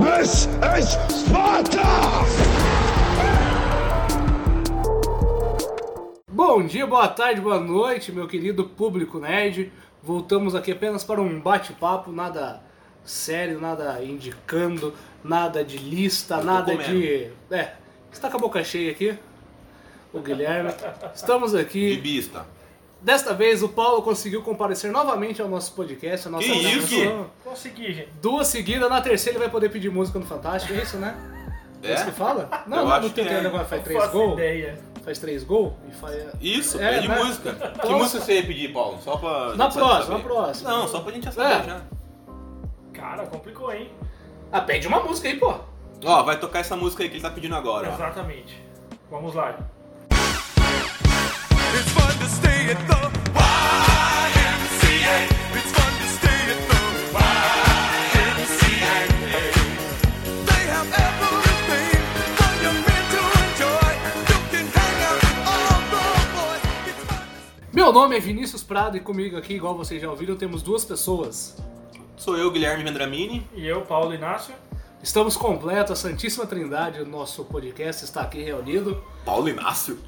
Das ist Sparta! Bom dia, boa tarde, boa noite, meu querido público nerd. Voltamos aqui apenas para um bate-papo, nada sério, nada indicando, nada de lista, nada de. É, está com a boca cheia aqui, o Guilherme. Estamos aqui. Bibista. Desta vez o Paulo conseguiu comparecer novamente ao nosso podcast, a nossa Que isso? gravação. Consegui, gente. Duas seguidas, na terceira ele vai poder pedir música no Fantástico, é isso, né? É isso que fala? Não, Eu não, acho não tem que que é. agora faz Não três faço gols. ideia. Faz três gols e faz. Isso, É, pede né? música. Que Nossa. música você ia pedir, Paulo? Só pra. Na gente próxima, saber. na próxima. Não, só pra gente saber É. já. Cara, complicou, hein? Ah, pede uma música aí, pô. Ó, vai tocar essa música aí que ele tá pedindo agora. ó. Exatamente. Vamos lá. It's fun to stay at the YMCA. It's fun to stay at the YMCA. They have everything for young men to enjoy. You can hang out with all the boys. It's fun to Meu nome é Vinícius Prado e comigo aqui, igual vocês já ouviram, temos duas pessoas. Sou eu, Guilherme Vendramini. E eu, Paulo Inácio. Estamos completos, a Santíssima Trindade, o nosso podcast está aqui reunido. Paulo Inácio.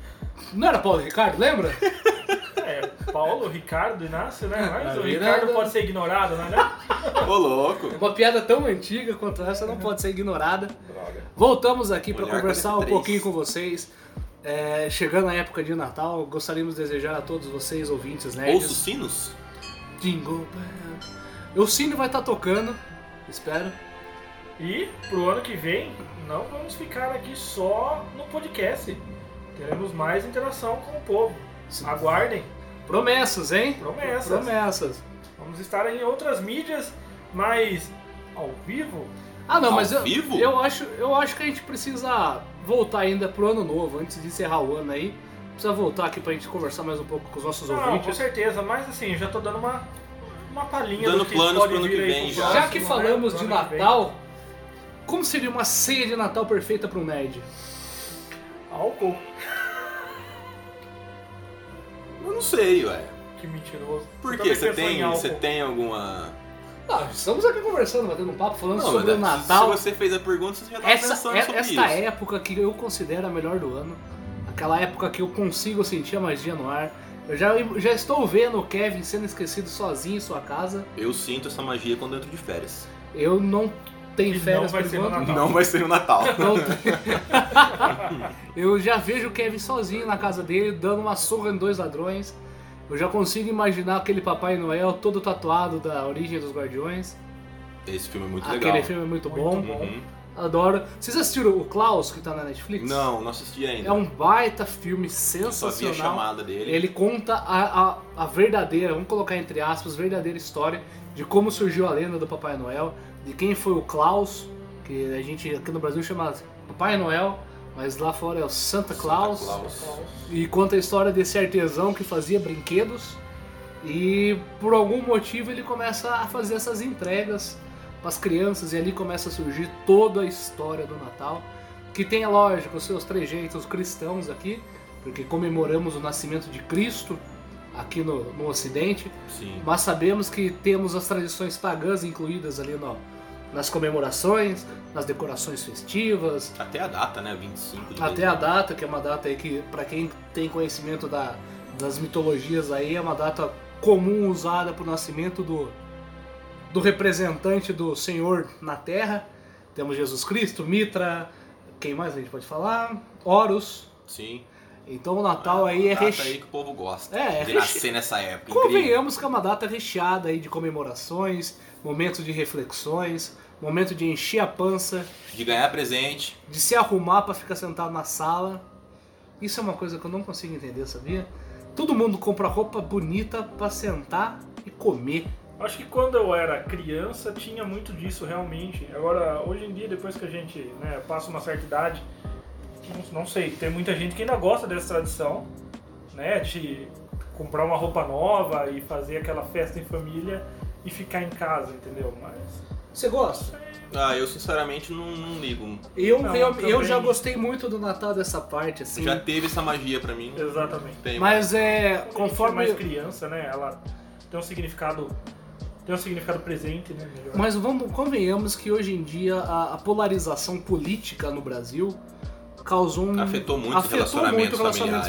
Não era Paulo Ricardo, lembra? É, Paulo, Ricardo, Inácio, né? Mas o Aí, né? Ricardo pode ser ignorado, né? Ô, louco. Uma piada tão antiga quanto essa não pode ser ignorada. Voltamos aqui para Mulher conversar um 43. pouquinho com vocês. É, chegando a época de Natal, gostaríamos de desejar a todos vocês, ouvintes nerds, Ouço sinos? Jingle Bell. O sino vai estar tocando, espero. E pro ano que vem, não vamos ficar aqui só no podcast. Teremos mais interação com o povo. Aguardem. Promessas, hein? Promessas. Promessas. Vamos estar em outras mídias, mas ao vivo? Ah, não, Ao mas eu, vivo? eu acho, eu acho que a gente precisa voltar ainda pro ano novo, antes de encerrar o ano aí. Precisa voltar aqui pra gente conversar mais um pouco com os nossos Não, Ah, com ouvintes. certeza. Mas assim, eu já tô dando uma, uma palhinha Dando do que planos pode pro ano vir que aí vem pro já. Já que próximo, né? falamos Pro de ano que vem. Natal, como seria uma ceia de Natal perfeita para um nerd? Álcool. Eu não sei, ué. Que mentiroso. Por Eu quê? também Você penso em tem, álcool. você tem alguma. Ah, estamos aqui conversando, batendo um papo, falando sobre mas é, o se- Natal. Se você fez a pergunta, você já tava Essa, pensando é- sobre esta isso. época que eu considero a melhor do ano, aquela época que eu consigo sentir a magia no ar. Eu já, já estou vendo o Kevin sendo esquecido sozinho em sua casa. Eu sinto essa magia quando eu entro de férias. Eu não tenho E férias não vai por ser no enquanto. Natal. Não vai ser o Natal. Não tem. eu já vejo o Kevin sozinho na casa dele, dando uma surra em dois ladrões. Eu já consigo imaginar aquele Papai Noel todo tatuado da Origem dos Guardiões. Esse filme é muito Aquele legal. filme é muito, Muito bom. bom. Uhum. Adoro. Vocês assistiram o Klaus, que tá na Netflix? Não, não assisti ainda. É um baita filme Eu Só vi a sensacional. chamada dele. Ele conta a, a, a verdadeira, vamos colocar entre aspas, verdadeira história de como surgiu a lenda do Papai Noel, de quem foi o Klaus, que a gente aqui no Brasil chama Papai Noel, mas lá fora é o Santa Claus. Santa Claus. E conta a história desse artesão que fazia brinquedos e por algum motivo ele começa a fazer essas entregas para as crianças e ali começa a surgir toda a história do Natal, que tem, é lógico, os seus trejeitos cristãos aqui, porque comemoramos o nascimento de Cristo aqui no, no Ocidente, Sim. mas sabemos que temos as tradições pagãs incluídas ali no, nas comemorações, nas decorações festivas, Até a data, né? 25 de até a data, que é uma data aí que, pra quem tem conhecimento da- das mitologias aí, é uma data comum usada pro nascimento do, do representante do Senhor na Terra. Temos Jesus Cristo, Mitra, quem mais a gente pode falar? Horus. Sim. Então o Natal aí é Ah, data aí recheado. que o povo gosta. É, é de reche- nascer nessa época. Incrível. Convenhamos que é uma data recheada aí de comemorações, momentos de reflexões, momento de encher a pança, De ganhar presente. de se arrumar pra ficar sentado na sala. Isso é uma coisa que eu não consigo entender, sabia? Todo mundo compra roupa bonita pra sentar e comer. Acho que quando eu era criança tinha muito disso realmente. Agora, hoje em dia, depois que a gente né, passa uma certa idade, não- não sei, tem muita gente que ainda gosta dessa tradição, né? De comprar uma roupa nova e fazer aquela festa em família e ficar em casa, entendeu? Mas Você gosta? Ah, eu sinceramente não, não ligo. Eu, Não, eu, eu também. já gostei muito do Natal dessa parte, assim. Já teve essa magia pra mim. exatamente. Tem, Mas é. Quando a gente é Conforme. mais criança, né? Ela tem um significado. tem um significado presente, né? Melhor. Mas vamos, convenhamos que hoje em dia a, a polarização política no Brasil causou um. Afetou muito afetou relacionamentos muito relacionamentos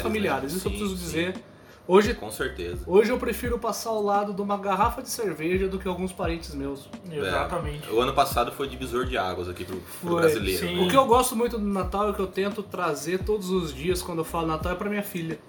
familiares. familiares, né? Isso eu Sim, preciso sim. dizer. Hoje, Com certeza. hoje eu prefiro passar ao lado de uma garrafa de cerveja do que alguns parentes meus. Exatamente. É, o ano passado foi divisor de águas aqui pro, pro Foi, brasileiro. sim. né? O que eu gosto muito do Natal e o que eu tento trazer todos os dias quando eu falo Natal é pra minha filha.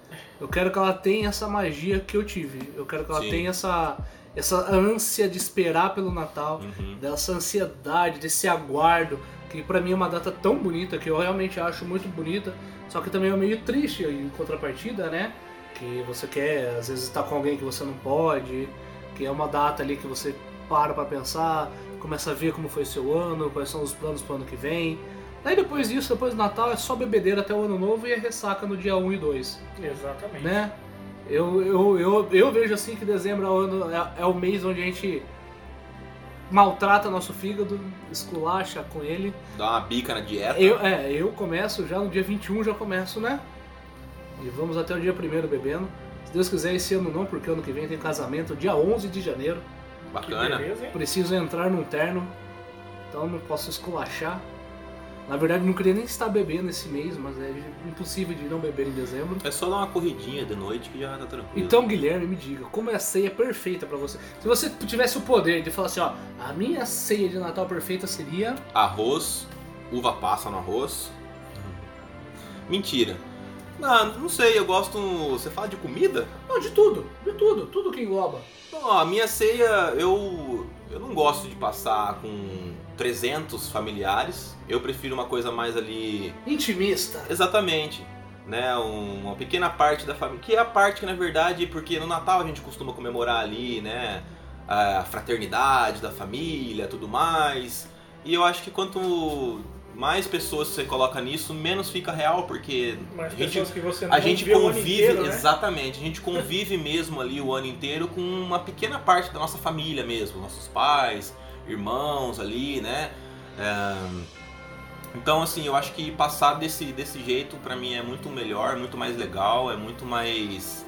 Eu quero que ela tenha essa magia que eu tive. Eu quero que ela Sim. tenha essa, essa ânsia de esperar pelo Natal, dessa ansiedade, desse aguardo, que pra mim é uma data tão bonita, que eu realmente acho muito bonita, só que também é meio triste em contrapartida, né? Que você quer, às vezes, estar com alguém que você não pode, que é uma data ali que você para pra pensar, começa a ver como foi seu ano, quais são os planos pro ano que vem. Daí depois disso, depois do Natal, é só bebedeira até o ano novo e a ressaca no dia 1 e 2, É. Exatamente. né? Eu, eu, eu, eu vejo assim que dezembro é o, ano- é- é o mês onde a gente maltrata nosso fígado, esculacha com ele. Dá uma bica na dieta. Eu, é, eu começo já no dia 21, já começo, né? E vamos até o dia 1 bebendo. Se Deus quiser, esse ano não, porque ano que vem tem casamento, dia 11 de janeiro. Que Bacana. beleza, hein? Preciso entrar num terno, então não posso esculachar. Na verdade, não queria nem estar bebendo esse mês, mas é impossível de não beber em dezembro. É só dar uma corridinha de noite que já tá tranquilo. Então, Guilherme, me diga, como é a ceia perfeita pra você? Se você tivesse o poder de falar assim, ó, a minha ceia de Natal perfeita seria Arroz, uva passa no arroz. Hum. Mentira. Ah, não sei, eu gosto. Você fala de comida? Não, de tudo, de tudo, tudo que engloba. Não, a minha ceia, eu, eu não gosto de passar com 300 familiares. Eu prefiro uma coisa mais ali. Intimista. Exatamente. Né, um- uma pequena parte da família. Que é a parte que, na verdade, porque no Natal a gente costuma comemorar ali, né? A fraternidade da família, tudo mais. E eu acho que quanto mais pessoas você coloca nisso, menos fica real, porque Mas a gente pessoas que você não a gente vê o ano convive, inteiro, né? exatamente, a gente convive mesmo ali o ano inteiro com uma pequena parte da nossa família mesmo, nossos pais, irmãos ali, né? É, Então, assim, eu acho que passar desse, desse jeito pra mim é muito melhor, muito mais legal, é muito mais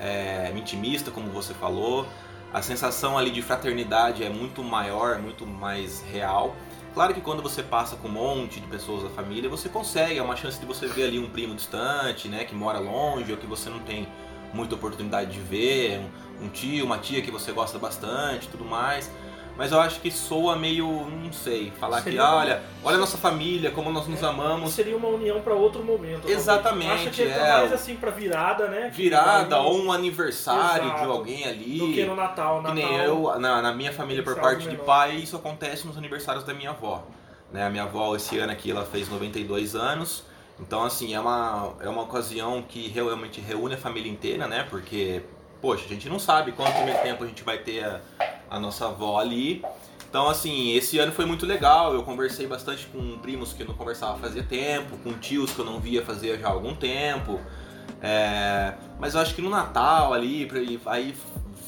é, intimista, como você falou. A sensação ali de fraternidade é muito maior, é muito mais real. Claro que quando você passa com um monte de pessoas da família, você consegue, é uma chance de você ver ali um primo distante, né, que mora longe ou que você não tem muita oportunidade de ver, um, um tio, uma tia que você gosta bastante, tudo mais. Mas eu acho que soa meio, não sei, falar que Seria um- olha, olha a nossa família, como nós nos amamos, Seria uma união pra outro momento. talvez. Exatamente, Acho que é. tá mais assim pra virada, né? Que virada vai- ou um aniversário de Exato. alguém ali. Do que no Natal. Que Natal nem eu, na, na minha família, por Aniversário parte de menor. pai, isso acontece nos aniversários da minha avó. Né? A minha avó, esse ano aqui, ela fez 92 anos. Então, assim, é uma, é uma ocasião que realmente reúne a família inteira, né? Porque, poxa, a gente não sabe quanto tempo a gente vai ter a, a nossa avó ali. Então, assim, esse ano foi muito legal. Eu conversei bastante com primos que eu não conversava fazia tempo, com tios que eu não via fazer já há algum tempo. É, mas eu acho que no Natal ali, pra- e aí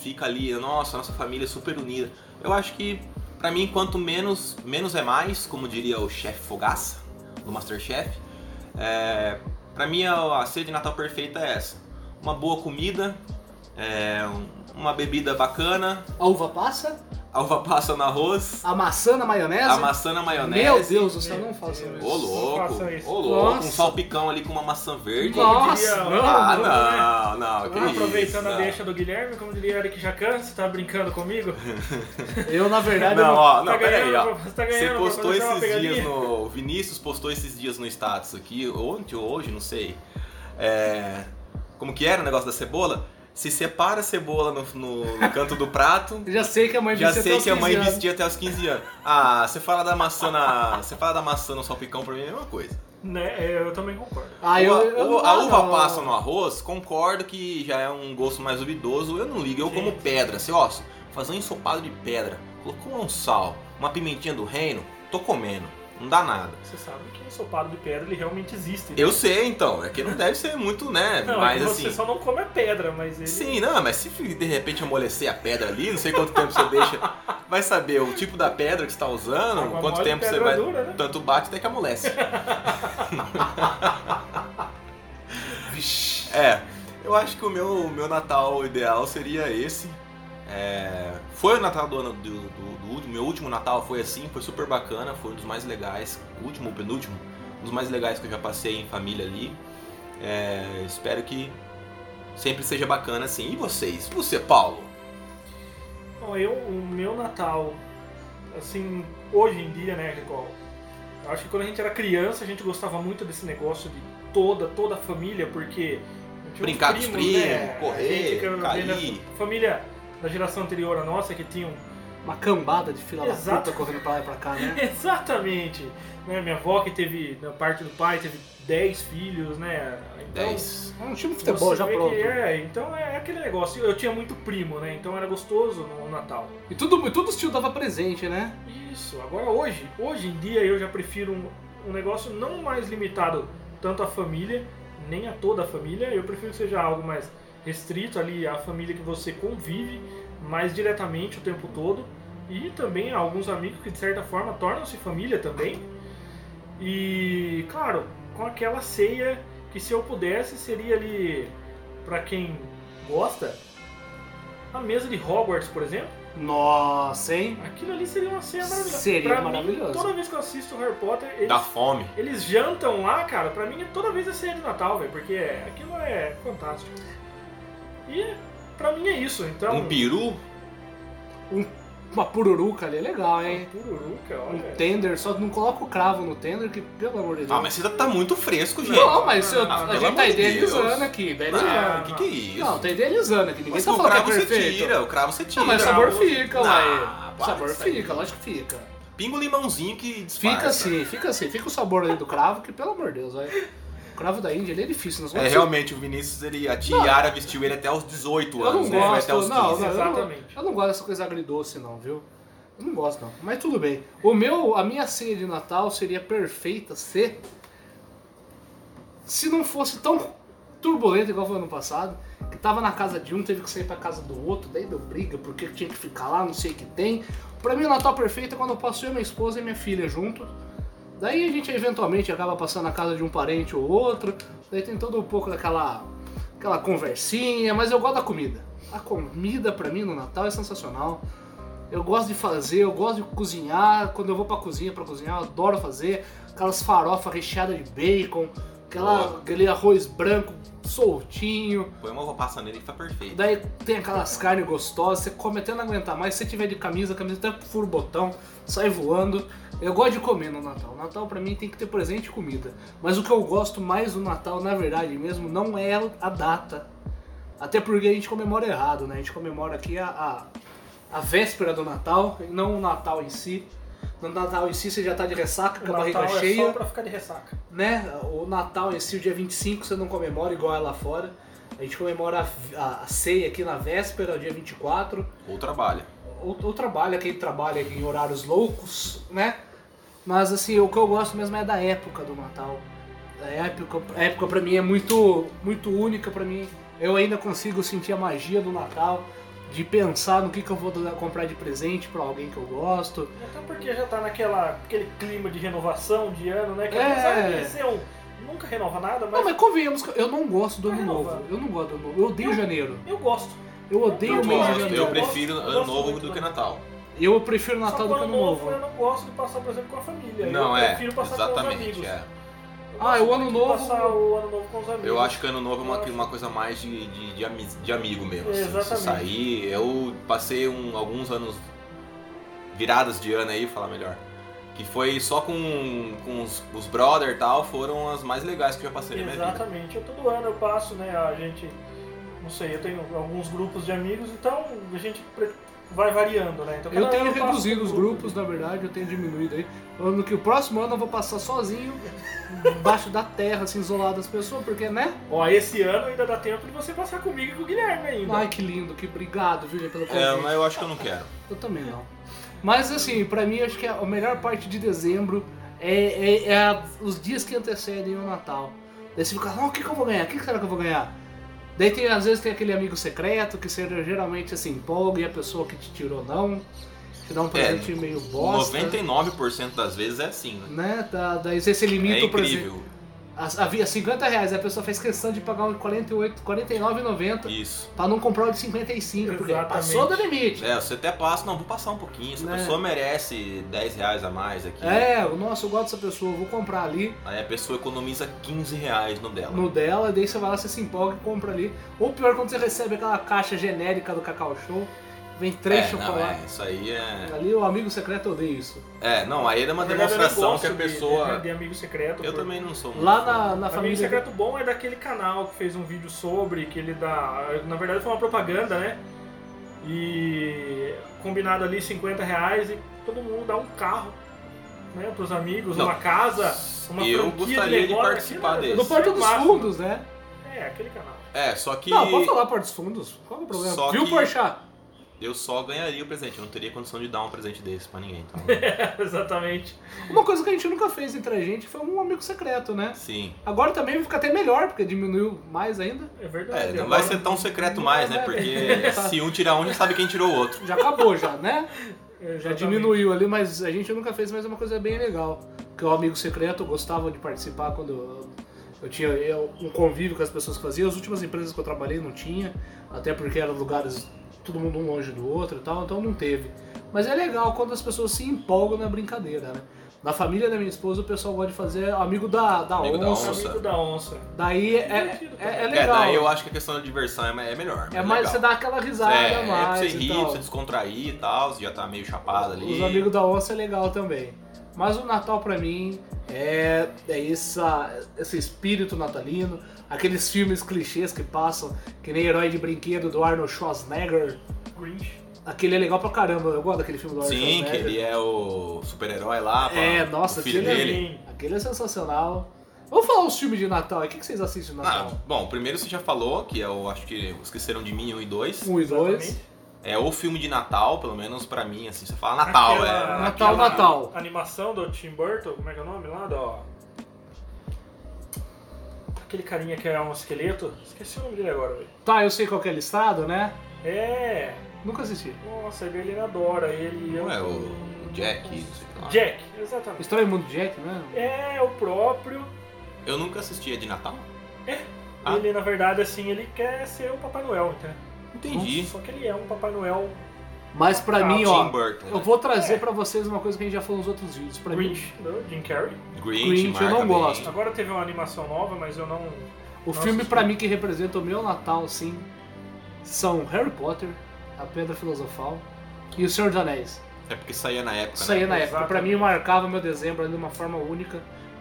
fica ali, nossa, nossa família é super unida. Eu acho que, pra mim, quanto menos, menos é mais, como diria o chefe Fogaça, do Masterchef, é, pra mim a, a ceia de Natal perfeita é essa. Uma boa comida, é, um- uma bebida bacana, A uva passa, a uva passa no arroz, a maçã na maionese. a maçã na Meu maionese. Deus do céu, não faça Meu isso. Ô louco, Faça isso. é ô louco, um Nossa. salpicão ali com uma maçã verde. Nossa, Como não, diria- não, Ah, não, não, que Ah, aproveitando isso, a não. deixa do Guilherme, como diria Eric Jacan, você tá brincando comigo? Eu, na verdade, Não, não- ó, não, Tá peraí, ganhando ó. pra- tá Você ganhando pra postou fazer uma esses dias pegadinha. no. O Vinícius postou esses dias no status aqui, ontem ou hoje, não sei. É, Como que era o negócio da cebola? Se separa a cebola no, no- no canto do prato. já sei que a mãe Já disse até sei os que a mãe 15 anos. vestia até os 15 anos. Ah, você fala da maçã na. Você fala da maçã no salpicão pra mim é a mesma coisa. Né, é, eu também concordo. Ah, eu, O- eu não o- a gosto, uva não. passa no arroz, concordo que já é um gosto mais duvidoso. Eu não ligo, eu Sim. como pedra. Assim, ó, fazer um ensopado de pedra, colocou um sal, uma pimentinha do reino, tô comendo. Não dá nada. Você sabe que o ensopado de pedra ele realmente existe. né? Eu sei, então. É que não deve ser muito, né? Não, é mas que assim. você só não come a pedra, mas ele... Sim, não, mas se de repente amolecer a pedra ali, não sei quanto tempo você deixa. Vai saber o tipo da pedra que você tá usando, Água quanto mole, tempo você pedra vai. dura, né? Tanto bate até que amolece. é, eu acho que o meu, o meu Natal ideal seria esse. É, foi o Natal do ano do, do- do último, meu último Natal foi assim, foi super bacana, foi um dos mais legais, o último, o penúltimo, um dos mais legais que eu já passei em família ali. É, espero que sempre seja bacana assim. E vocês? Você, Paulo? Bom, eu, o meu Natal, assim, hoje em dia, né, Ricol? Eu acho que quando a gente era criança, a gente gostava muito desse negócio de toda, toda a família, porque... eu tinha uns né? Brincar com os primos, correr, A gente que era cair. da Família da geração anterior à nossa, que tinham Uma cambada de fila da Exato. puta correndo pra lá e pra cá, né? Exatamente. Né, minha avó que teve, na parte do pai, teve 10 filhos, né? Então, 10. É um time de você futebol já vê que pronto. É, então é aquele negócio. Eu tinha muito primo, né? Então era gostoso no Natal. E tudo, e tudo os tio dava presente, né? Isso. Agora hoje, hoje em dia eu já prefiro um, um negócio não mais limitado tanto à família, nem a toda a família. Eu prefiro que seja algo mais restrito ali à família que você convive mais diretamente o tempo todo e também a alguns amigos que de certa forma tornam-se família também. E, claro, com aquela ceia que se eu pudesse seria ali para quem gosta a mesa de Hogwarts, por exemplo. Nossa, hein? Aquilo ali seria uma cena maravilhosa. Seria pra maravilhoso. Mim, toda vez que eu assisto Harry Potter, eles, Dá fome. eles jantam lá, cara. Pra mim, é toda vez é ceia de Natal, velho. Porque é- aquilo é fantástico. E pra mim é isso. Então, Um peru? Uma pururuca ali é legal, hein? pururuca, olha. Um tender, só não coloca o cravo no tender, que pelo amor de Deus. Ah, mas você tá muito fresco, gente. Não, mas eu- Ah, a pelo gente amor tá de idealizando Deus. aqui, tá Ah, idealizando. o que, que é isso? Não, tá idealizando aqui, ninguém mas tá o falando cravo que é você perfeito. tira, o cravo você tira. Não, mas o sabor Não, fica, não, ué. O para sabor disso aí. fica, lógico que fica. Pinga o limãozinho que né? disfarça. Fica assim, fica assim. Fica o sabor ali do cravo, que pelo amor de Deus, olha. O cravo da Índia, ele é difícil. Nós É, vamos- realmente, o Vinícius, ele, a tia Yara vestiu ele até os 18 Eu anos, não né? Foi gosto, até os não, não, eu 15. não, Exatamente. Eu não gosto dessa coisa agridoce, não, viu? Eu não gosto, não. Mas tudo bem. O meu, a minha ceia de Natal seria perfeita se... Se não fosse tão turbulento igual foi ano passado, que tava na casa de um, teve que sair pra casa do outro, daí deu briga, porque tinha que ficar lá, não sei o que tem. Pra mim, o Natal perfeito é quando eu passo eu, minha esposa e minha filha juntos. Daí a gente eventualmente acaba passando na casa de um parente ou outro, daí tem todo um pouco daquela aquela conversinha, mas eu gosto da comida. A comida pra mim no Natal é sensacional. Eu gosto de fazer, eu gosto de cozinhar. Quando eu vou pra cozinha pra cozinhar, eu adoro fazer aquelas farofas recheadas de bacon, aquela, Boa. aquele arroz branco soltinho. Põe uma passa nele que tá perfeito. Daí tem aquelas carnes gostosas, você come até não aguentar mais. Se você tiver de camisa, a camisa até fura o botão, sai voando. Eu gosto de comer no Natal. O Natal pra mim tem que ter presente e comida. Mas o que eu gosto mais do Natal, na verdade mesmo, não é a data. Até porque a gente comemora errado, né? A gente comemora aqui a, a, a véspera do Natal, e não o Natal em si. No Natal em si você já tá de ressaca, com O a barriga Natal é cheia só pra ficar de ressaca. né? O Natal em si, o dia 25, você não comemora igual é lá fora. A gente comemora a, a- a ceia aqui na véspera, o dia 24. Ou trabalha. Ou, ou trabalha, quem trabalha em horários loucos, né? Mas assim, o que eu gosto mesmo é da época do Natal. A época, a época pra mim é muito, muito única pra mim. Eu ainda consigo sentir a magia do Natal, de pensar no que, que eu vou dar- comprar de presente pra alguém que eu gosto. Até porque já tá naquela aquele clima de renovação de ano, né? Que É. apesar de ser um. Nunca renova nada, mas, Não, mas convenhamos que eu não gosto do Vai ano renovar. novo. Eu não gosto do ano novo. Eu odeio janeiro. eu gosto. Eu odeio Eu Eu, o mês um de gosto, janeiro. eu prefiro Eu gosto ano muito novo do do que Natal. Eu prefiro Só Natal que do o que Ano ano novo eu Novo. não gosto de passar, por exemplo, com a família. Não, eu é. prefiro passar com os Exatamente, amigos. é. Eu Ah, o gosto Ano muito de Passar Novo. o ano novo com os amigos. Eu acho que ano novo é uma, uma coisa mais de, de, de ami- de amigo mesmo. assim, Exatamente. Você sair. Eu passei um- alguns anos viradas de ano aí, falar melhor. Que foi só com, com os, os brother e tal, foram as mais legais que eu já passei na minha vida. Exatamente. Eu, todo ano eu passo, né? A gente. Não sei, eu tenho alguns grupos de amigos, então a gente pre- vai variando, né? Então, Eu cada ano tenho passo reduzido com os um grupo. grupos, na verdade, eu tenho diminuído aí. Falando que o próximo ano eu vou passar sozinho, embaixo da terra, assim, isolado das pessoas, porque, né? Ó, esse ano ainda dá tempo de você passar comigo e com o Guilherme ainda. Ai, que lindo, que obrigado, viu, pelo convite. É, mas eu acho que eu não quero. Eu também não. Mas, assim, pra mim, acho que a melhor parte de dezembro é, é- é a- os dias que antecedem o Natal. Daí você fica, não, o que, que eu vou ganhar? O que, que será que eu vou ganhar? Daí tem, às vezes tem aquele amigo secreto que você geralmente se empolga e a pessoa que te tirou não. Te É, dá um presente meio bosta. 99% das vezes é assim, né? né? Tá, daí você se É limita o presente. incrível. As- Havia 50 reais, a pessoa fez questão de pagar um de 48, 49,90 Isso. pra não comprar o de 55, porque Exatamente. passou do limite. É, você até passa, não, vou passar um pouquinho. Essa Né? pessoa merece 10 reais a mais aqui. É, o nossa, eu gosto dessa pessoa, eu vou comprar ali Aí a pessoa economiza 15 reais no dela. no dela, daí você vai lá, você se empolga e compra ali. Ou pior, quando você recebe aquela caixa genérica do Cacau Show, vem três é, não, chocolates. é, isso aí é. Ali o amigo secreto odeia isso. É, não, aí é uma Na verdade, eu não demonstração gosto que a de- pessoa. De, de amigo secreto. Eu por- também não sou muito. Lá fã. na, na Amigo família. Secreto Bom é daquele canal que fez um vídeo sobre, que ele dá. Na verdade foi uma propaganda, né? E combinado ali 50 reais e todo mundo dá um carro, né? Pros amigos, Não. uma casa, uma Eu franquia gostaria de negócio, participar aquilo é- desse. No Porto dos máximo. Fundos, né? É, aquele canal. É, só que Não, pode falar Porto dos Fundos. Qual é o problema? Só Viu, que- Porchat? eu só ganharia o presente, eu não teria condição de dar um presente desse pra ninguém. Então, É, Exatamente. Uma coisa que a gente nunca fez entre a gente foi um amigo secreto, né? sim. Agora também fica até melhor, porque diminuiu mais ainda. É verdade. É, não Agora- vai ser tão secreto Não, mais, né? né, Porque se um tirar um, já sabe quem tirou o outro. Já acabou, já, né? Exatamente. Já diminuiu ali, mas a gente nunca fez, mas é uma coisa bem legal. Porque o amigo secreto eu gostava de participar quando eu, eu tinha eu- um convívio com as pessoas que faziam. As últimas empresas que eu trabalhei não tinha, até porque eram lugares todo mundo um longe do outro e tal, então não teve. Mas é legal quando as pessoas se empolgam na brincadeira, né? Na família da minha esposa, o pessoal gosta de fazer amigo da, da Amigo da onça. É um Amigo da onça. Daí é, Divertido, é, é É, legal. daí eu acho que a questão da diversão é é melhor. É mais legal. você dá aquela risada é, a é pra mais. você e rir, pra tal. você descontrair e tal, você já tá meio chapado ali. Os amigos da onça é legal também. Mas o Natal pra mim é, é essa, esse espírito natalino, aqueles filmes clichês que passam, que nem Herói de Brinquedo do Arnold Schwarzenegger. Grinch. Aquele é legal pra caramba, eu gosto daquele filme do Arnold Sim, que Schwarzenegger. ele é o super-herói lá, pá, É, nossa, o filho aquele é dele. Aquele é sensacional. Vamos falar os filmes de Natal, aí, o que que vocês assistem no Ah, Natal? bom, primeiro você já falou, que eu acho que esqueceram de mim 1 e 2. um e dois. É o filme de Natal, pelo menos pra mim, assim, você fala Natal, Aquela- é. Natal, aquela Natal. Animação do Tim Burton, como é que é o nome lá? Do... Aquele carinha que é um esqueleto. Esqueci o nome dele agora, velho. Tá, eu sei qual que é listrado, né? É. Nunca assisti. Nossa, a Berlina adora ele. e eu- Não é o Jack, não sei o que lá. Jack, exatamente. Estranho Mundo de Jack, né? É o próprio. Eu nunca assisti a de Natal. Ah. Ele, na verdade, assim, ele quer ser o Papai Noel, entendeu? Entendi. Só que ele é um Papai Noel Mas pra Ah, mim, Tim ó, Tim Burton. né? É. eu vou trazer pra vocês uma coisa que a gente já falou nos outros vídeos. Pra mim, Grinch, do Jim Carrey. Grinch, Grinch, eu marca não bem. gosto. Agora teve uma animação nova, mas eu não. O Nossa, filme sim. é pra mim que representa o meu Natal, sim, são Harry Potter, a Pedra Filosofal e o Senhor dos Anéis. É porque saía na época, Isso aí né? na época, pra mim Exatamente. marcava meu dezembro ali de uma forma única.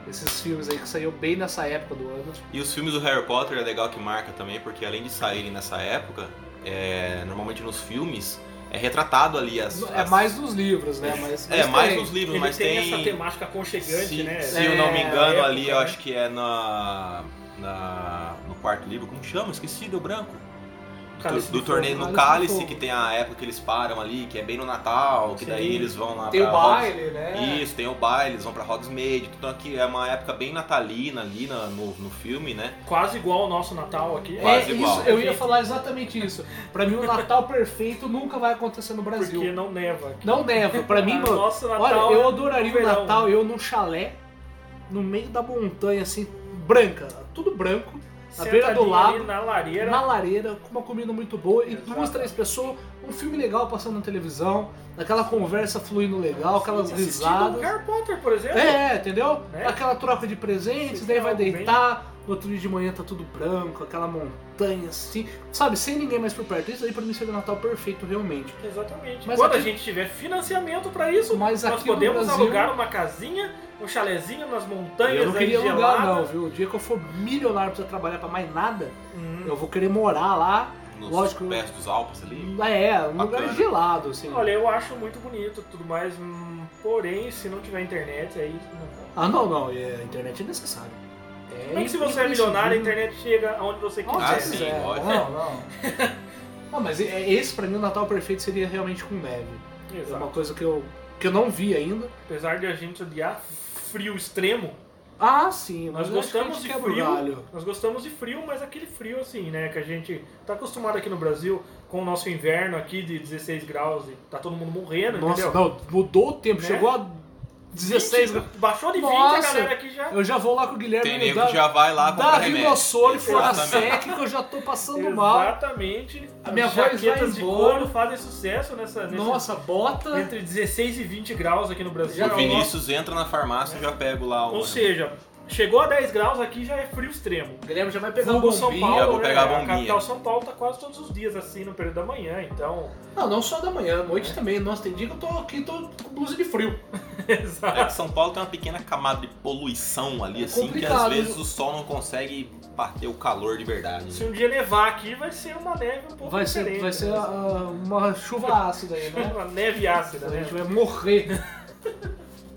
Esses filmes aí que saiu bem nessa época do ano. E os filmes do Harry Potter é legal que marca também, porque além de saírem nessa época, é, normalmente nos filmes é retratado ali as. É as- mais nos livros, né? Mas, É, mas mais tem. nos livros, Ele mas tem, tem. essa temática aconchegante, se né? se eu não me É, engano, época, ali eu né? acho que é na, na- no quarto livro, como chama? Esqueci, deu branco. Do- Cálice do de torneio Fogo. no Cálice de cálice, Fogo. que tem a época que eles param ali, que é bem no Natal, que Sim. daí eles vão lá Tem pra o baile, né? isso, tem o baile, eles vão pra Hogsmeade, então aqui é uma época bem natalina ali na- no, no filme, né? Quase igual ao nosso Natal aqui. É Quase igual. isso, eu ia falar exatamente isso. Pra mim o Natal perfeito nunca vai acontecer no Brasil. Porque não neva aqui. Não neva. Pra mim, Ah, mano, nosso Natal olha, é eu no adoraria o verão. Natal, eu num chalé, no meio da montanha, assim, branca, tudo branco, na beira do Sentadinho ali lago, Na lareira. na lareira, com uma comida muito boa, e Exato. duas, três pessoas, um filme legal passando na televisão, aquela conversa fluindo legal, aquelas assistindo um risadas. Harry Potter, por exemplo. É, é, entendeu? Né? Aquela troca de presentes, Sim, daí vai algo bem- deitar, no outro dia de manhã tá tudo branco, aquela montanha assim, sabe, sem ninguém mais por perto. Isso aí pra mim seria o Natal perfeito, realmente. Exatamente. Mas Quando aqui- a gente tiver financiamento pra isso, Mas nós aqui no podemos Brasil- alugar uma casinha, um chalezinho nas montanhas Eu não queria aí alugar, geladas. não, viu? O dia que eu for milionário pra trabalhar pra mais nada, Hum. eu vou querer morar lá. Nos Lógico. né? pés dos Alpes ali. É, um lugar Bacana. gelado, assim. Olha, eu acho muito bonito tudo mais, hum, porém, se não tiver internet, aí não dá. Ah, não, não, é, a internet é necessária. É Como é que se você é milionário, a internet é chega aonde você quiser. Onde Ah, você sim, quiser. lógico. Não, não. não, mas e- é- esse pra mim o Natal perfeito seria realmente com neve. É Exato. uma coisa que eu, que eu não vi ainda. Apesar de a gente odiar frio extremo, Ah, sim, nós mas eu acho que a gostamos gente de quebra o frio. galho. Nós gostamos de frio, mas aquele frio assim, né? Que a gente tá acostumado aqui no Brasil com o nosso inverno aqui de 16 graus e tá todo mundo morrendo, Nossa, entendeu? não, mudou o tempo, Né? chegou a 16 graus. Baixou de 20 Nossa. a galera aqui já. Eu já vou lá com o Guilherme Tem me nego dá- que já vai lá Dá comprar remédio. Rinossol e Exatamente. Forasec que eu já tô passando mal. Exatamente. A minha As voz vai jaquetas de embora. couro fazem sucesso nessa. nesse- Nossa, bota. Entre 16 e 20 graus aqui no Brasil. Já O Vinícius entra na farmácia e já pego lá o. Ou seja, chegou a 10 graus aqui já é frio extremo. O Guilherme já vai pegar Vulgo um São eu Paulo, vou né? pegar a a, bombinha. capital São Paulo tá quase todos os dias assim no período da manhã, então. Não, não só da manhã, à noite também. Nossa, tem dia que eu tô aqui, tô com blusa de frio. Exato. É que São Paulo tem uma pequena camada de poluição ali, É assim, que às complicado. vezes o sol não consegue bater o calor de verdade. Se né? um dia nevar aqui, vai ser uma neve um pouco Vai diferente. ser, vai ser né? ah, uma chuva ácida aí, né? uma neve ácida, A né? gente vai morrer.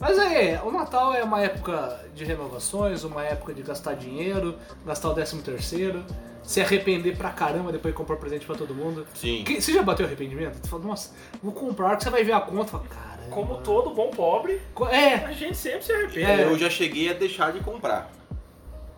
Mas aí, o Natal é uma época de renovações, uma época de gastar dinheiro, gastar o 13 terceiro, se arrepender pra caramba depois de comprar presente pra todo mundo. Sim. Que- Você já bateu arrependimento? Tu fala, nossa, vou comprar, que você vai ver a conta. Fala, caramba. Como todo bom pobre, Co- É, a gente sempre se arrepende. É. Eu já cheguei a deixar de comprar.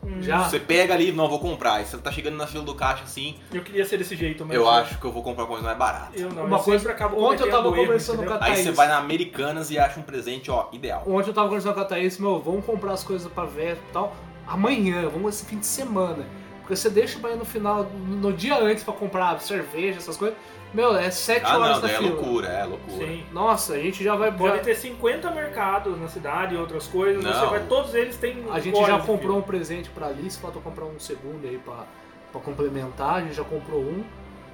Hum, já. Você pega ali, não, vou comprar. Aí você tá chegando na fila do caixa assim, Eu queria ser desse jeito, mas. eu é. acho que eu vou comprar uma coisa mais barata. Eu não, Uma eu coisa- sempre acabo ontem eu cometendo tava erro, conversando com entendeu? a- Aí Thaís. você vai na Americanas e acha um presente, ó, ideal. Ontem eu tava conversando com a Thaís, meu, vamos comprar as coisas pra ver e tal. Amanhã, vamos esse fim de semana. Porque você deixa pra ir no final, no dia antes pra comprar cerveja, essas coisas. Meu, é 7 Ah, horas não, da daí é fila. loucura, é loucura. Sim. Nossa, a gente já vai Pode embora. ter 50 mercados na cidade e outras coisas. Não. Você vai, todos eles têm. A gente já comprou um presente pra Alice, falta comprar um segundo aí pra, pra complementar. A gente já comprou um.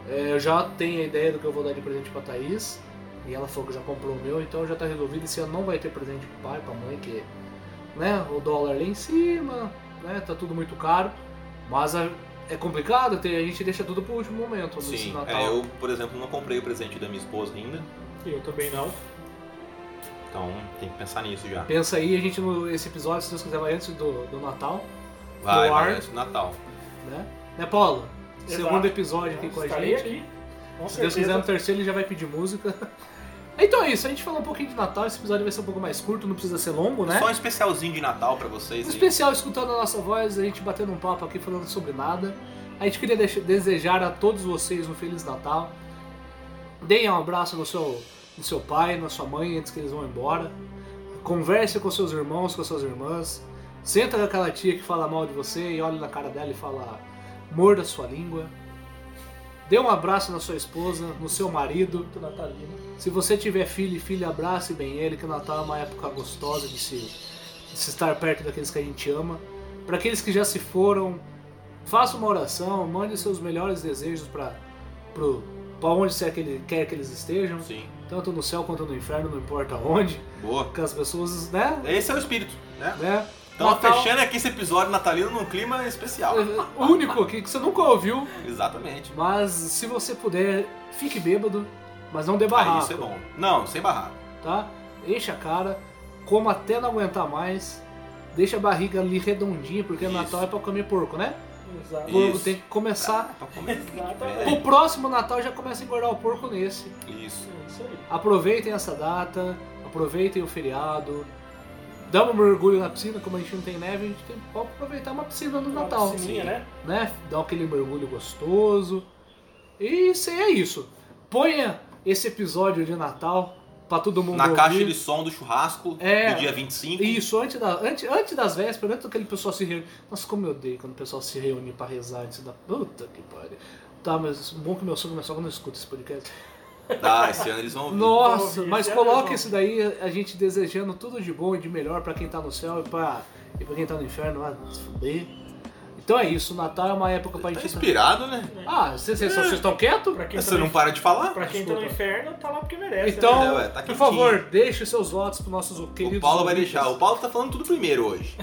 É, eu já tenho a ideia do que eu vou dar de presente pra Thaís. E ela falou que já comprou o meu, então já tá resolvido. Esse ano não vai ter presente pro pai, pra mãe, que né, o dólar lá em cima, né, tá tudo muito caro. Mas a- é complicado, tem- a gente deixa tudo pro último momento, nesse Sim, Natal. é, eu, por exemplo, não comprei o presente da minha esposa ainda, um. Eu também não. então tem que pensar nisso já. Pensa aí, a gente, no- esse episódio, se Deus quiser, vai antes do, do Natal. Vai, Do vai ar. antes do Natal. né? Né, Paulo? Exato. Segundo episódio aqui com a Estarei gente. aqui. Com Se Deus certeza. quiser, no terceiro ele já vai pedir música. Então é isso, a gente falou um pouquinho de Natal, esse episódio vai ser um pouco mais curto, não precisa ser longo, né? Só um especialzinho de Natal pra vocês. Um aí. especial escutando a nossa voz, a gente batendo um papo aqui falando sobre nada. A gente queria deix- desejar a todos vocês um Feliz Natal. Deem um abraço no seu, no seu pai, na sua mãe antes que eles vão embora. Converse com seus irmãos, com suas irmãs. Senta com aquela tia que fala mal de você e olha na cara dela e fala: morda sua língua. Dê um abraço na sua esposa, no seu marido. Muito natalino. é Se você tiver filho e filha, abrace bem ele, que o Natal é uma época gostosa de se, de se estar perto daqueles que a gente ama. Para aqueles que já se foram, faça uma oração, mande seus melhores desejos para para onde quer que, ele- quer que eles estejam, Sim, tanto no céu quanto no inferno, não importa onde, boa. porque as pessoas, né? Esse é o espírito, né? né? Então, Natal- fechando aqui esse episódio natalino num clima especial. é, único aqui que você nunca ouviu, Exatamente. mas se você puder, fique bêbado, mas não dê Aí barraco. isso é bom. Não, sem barrar. tá? Enche a cara, coma até não aguentar mais, deixa a barriga ali redondinha, porque Isso. Natal é pra comer porco, né? Exato. Isso. Porco tem que começar. Então, como é que Exatamente. O próximo Natal já começa a engordar o porco nesse. tiver. Isso. É Isso aí. Aproveitem essa data, aproveitem o feriado. Dá um mergulho na piscina, como a gente não tem neve, a gente tem que aproveitar uma piscina no Uma Natal, piscininha, Sim. né? né? Dá aquele mergulho gostoso. E isso aí é isso. Ponha esse episódio de Natal pra todo mundo Na ouvir. caixa de som do churrasco É. do dia 25. Isso, antes, da, antes, antes das vésperas, antes daquele pessoal se reunir. Nossa, como eu odeio quando o pessoal se reúne pra rezar antes da. Puta que pariu. Tá, mas bom que meu sogro e minha sogra não escuta esse podcast. Tá, esse ano eles vão ouvir. Nossa, ouvir, mas é coloca mesmo. isso daí, a gente desejando tudo de bom e de melhor pra quem tá no céu e pra, e pra quem tá no inferno, vai se fuder. Então é isso, Natal é uma época pra Tá gente. inspirado, né? Ah, vocês vocês- vocês estão quietos? Pra quem, tá Você no, não para de falar? pra quem tá no Desculpa. inferno, tá lá porque merece. Então, né? É, ué, tá por quentinho. favor, deixe seus votos pros nossos queridos. O Paulo vai ouvintes. deixar. O Paulo tá falando tudo primeiro hoje.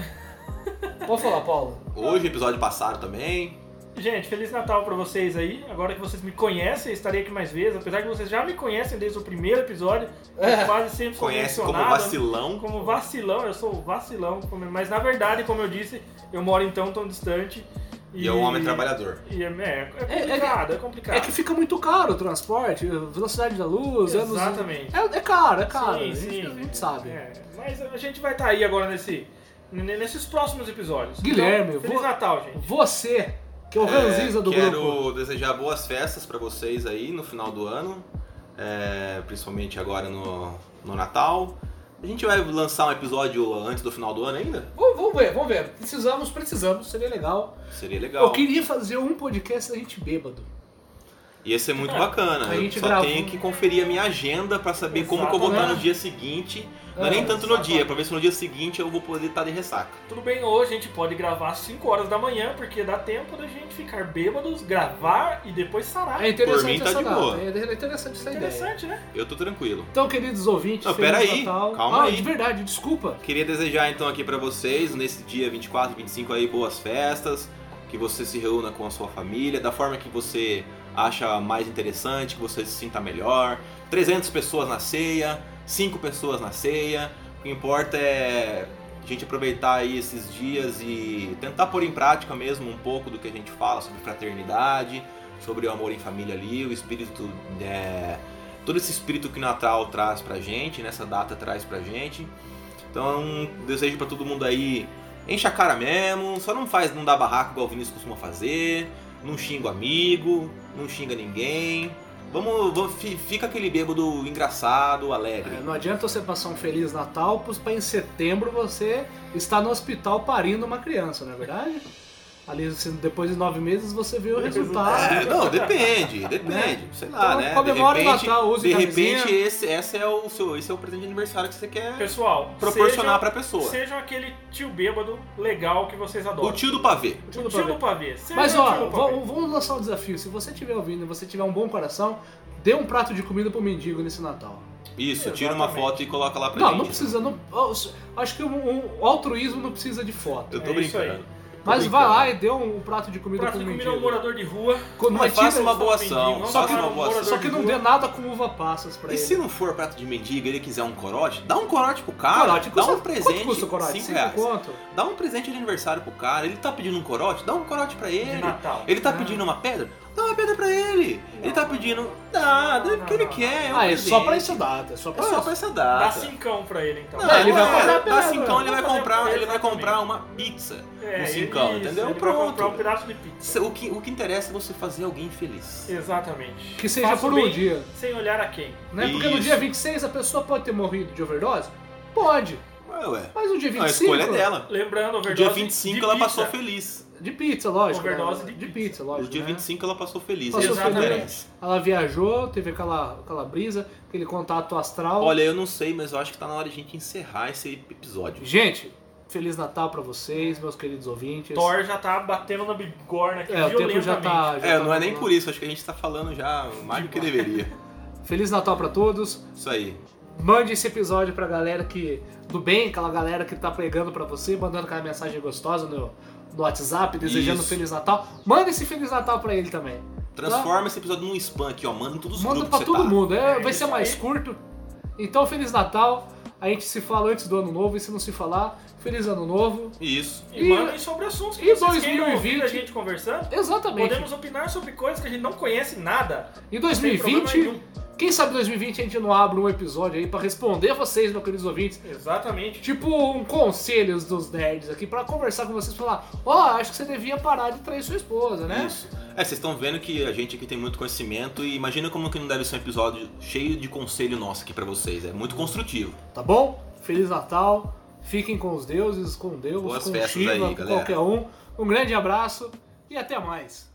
Pode falar, Paulo. Hoje, episódio passado também. Gente, Feliz Natal pra vocês aí. Agora que vocês me conhecem, estarei aqui mais vezes. Apesar que vocês já me conhecem desde o primeiro episódio. É. eu Quase sempre sou Conhece como mencionado, né? vacilão. como vacilão, eu sou o vacilão, como- mas na verdade, como eu disse, eu moro então tão distante. E é um homem trabalhador. E é, é, é É- é- complicado, é, complicado. É que fica muito caro o transporte, velocidade da luz, anos- Exatamente. É, é caro, é caro. Sim, a, gente, sim. a gente sabe. É, mas a gente vai estar aí agora nesse, n- nesses próximos episódios. Guilherme, então, Feliz vou- Natal, gente. Você, que é o ranziza do quero grupo. desejar boas festas pra vocês aí no final do ano, é, principalmente agora no, no Natal. A gente vai lançar um episódio antes do final do ano ainda? Vamos, vamos ver, vamos ver. Precisamos, precisamos, seria legal. Seria legal. Eu queria fazer um podcast da gente bêbado. Ia ser muito bacana. É, A gente eu só gravou. tenho que conferir a minha agenda pra saber como que eu vou Exato, estar né? no dia seguinte. Não é, É, nem tanto no exato. dia, pra ver se no dia seguinte eu vou poder estar de ressaca. Tudo bem, hoje a gente pode gravar às 5 horas da manhã, porque dá tempo da gente ficar bêbados, gravar e depois sarar. É interessante Por mim, tá essa de data, boa. É interessante essa ideia. Interessante, né? Eu tô tranquilo. Então, queridos ouvintes, Não, Feliz peraí, Natal. calma ah, aí. de verdade, desculpa. Queria desejar então aqui pra vocês, nesse dia 24, 25 aí, boas festas, que você se reúna com a sua família, da forma que você acha mais interessante, que você se sinta melhor. 300 pessoas na ceia, 5 pessoas na ceia. O que importa é a gente aproveitar aí esses dias e tentar pôr em prática mesmo um pouco do que a gente fala sobre fraternidade, sobre o amor em família ali, o espírito né, todo esse espírito que o Natal traz pra gente, nessa data traz pra gente. Então, desejo pra todo mundo aí, enche a cara mesmo, só não faz, não dá barraco igual o Vinícius costuma fazer, não xinga o amigo, não xinga ninguém. Vamos, vamos- fi- fica aquele bêbado engraçado, alegre. É, Não adianta você passar um Feliz Natal pros- pra em setembro você estar no hospital parindo uma criança, não é verdade? Ali, assim, depois de nove meses, você vê o resultado. É, não, depende, depende, sei lá, Então, né? comemora o de repente, Natal, use de camisinha. repente esse, esse é o seu, esse é o presente de aniversário que você quer Pessoal, proporcionar sejam, pra pessoa. sejam aquele tio bêbado legal que vocês O adoram. tio do pavê. O Tio do tio pavê. do pavê. Seja Mas o tio ó, do pavê. vamos, vamos lançar um desafio. Se você estiver ouvindo e você tiver um bom coração, dê um prato de comida pro mendigo nesse Natal. Isso, tira uma Exatamente. foto e coloca lá pra Não, gente. não precisa. Não, ó, acho que o um, o altruísmo não precisa de foto. Eu tô É isso aí. brincando. Tô Mas vai brincando. lá e dê um prato de comida Prato pro de comida mendigo. ao morador de rua. Quando Mas mas tira- faça é uma boa mendigo, ação, vamos faça parar uma um boa ação. morador Só que de não rua. dê nada com uva passas pra E ele. se não for prato de mendigo e ele quiser um corote, dá um corote pro cara, Corote dá custa- um presente, Quanto custa o corote? cinco Cinco reais. conto? Dá um presente de aniversário pro cara, ele tá pedindo um corote, dá um corote pra de ele. Natal. Ele tá Ah. pedindo uma pedra, dá uma pedra pra ele. Ele tá pedindo, dá, dá o que ele quer, é um ah, é só presente. pra essa data. É só É pra só essa pra essa Dá data. cincão pra ele, então. Não, É, ele vai é, comprar dá pedra, cincão, ele vai Vamos fazer comprar, ele pra vai ele também. comprar uma pizza. É, um ele- cincão, isso, entendeu? Ele Pronto. vai comprar um pedaço de pizza. O que, o que interessa é você fazer alguém feliz. Exatamente. Que seja Faça por o um bem dia. Sem olhar a quem. Né? Porque no Isso. dia 26 a pessoa pode ter morrido de overdose? Pode. Ué, É, ué. Mas no dia Não, a 25. escolha é dela. Lembrando, No overdose dia de 25 ela pizza. passou feliz. De pizza, lógico. né? Overdose de de pizza. pizza, lógico. No dia né? 25 ela passou feliz. Passou Isso que feliz. interessa. Ela viajou, teve aquela, aquela brisa, aquele contato astral. Olha, eu não sei, mas eu acho que tá na hora de a gente encerrar esse episódio. Gente, Feliz Natal pra vocês, meus queridos ouvintes. Thor já tá batendo na bigorna aqui É, o tempo já tá. já É, tá não é nem rolando. por isso, acho que a gente tá falando já mais do que deveria. Feliz Natal pra todos. Isso aí. Mande esse episódio pra galera que. do bem, aquela galera que tá pregando pra você, mandando aquela mensagem gostosa no, no WhatsApp, desejando Isso. Feliz Natal. Manda esse Feliz Natal pra ele também. Transforma esse episódio num spam aqui, ó. Manda em todos os Manda grupos pra que todo você tá. mundo, é, É vai isso ser mais aí. curto. Então, Feliz Natal. A gente se fala antes do ano novo, e se não se falar, Feliz Ano Novo. Isso. E, E- mandem sobre assuntos que e vocês queiram 2020? ouvir a gente conversando. Exatamente. Podemos opinar sobre coisas que a gente não conhece nada. Em Não tem 2020, problema quem sabe 2020 a gente não abre um episódio aí pra responder vocês, meus queridos ouvintes. nenhum. Exatamente. Tipo um conselhos dos nerds aqui pra conversar com vocês e falar: Ó, acho que você devia parar de trair sua esposa, né? Isso. É, vocês estão vendo que a gente aqui tem muito conhecimento e imagina como que não deve ser um episódio cheio de conselho nosso aqui pra vocês. É muito construtivo. Tá bom? Feliz Natal. Fiquem com os deuses, com Deus, Boas com festas Shiva, aí, com galera. qualquer um. Um grande abraço e até mais.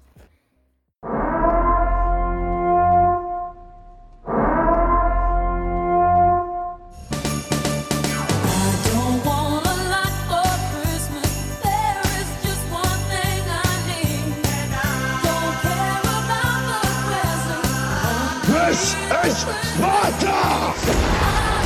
I don't want a lot for Christmas. There is just one thing I need. Don't care about the presents. This is Sparta! I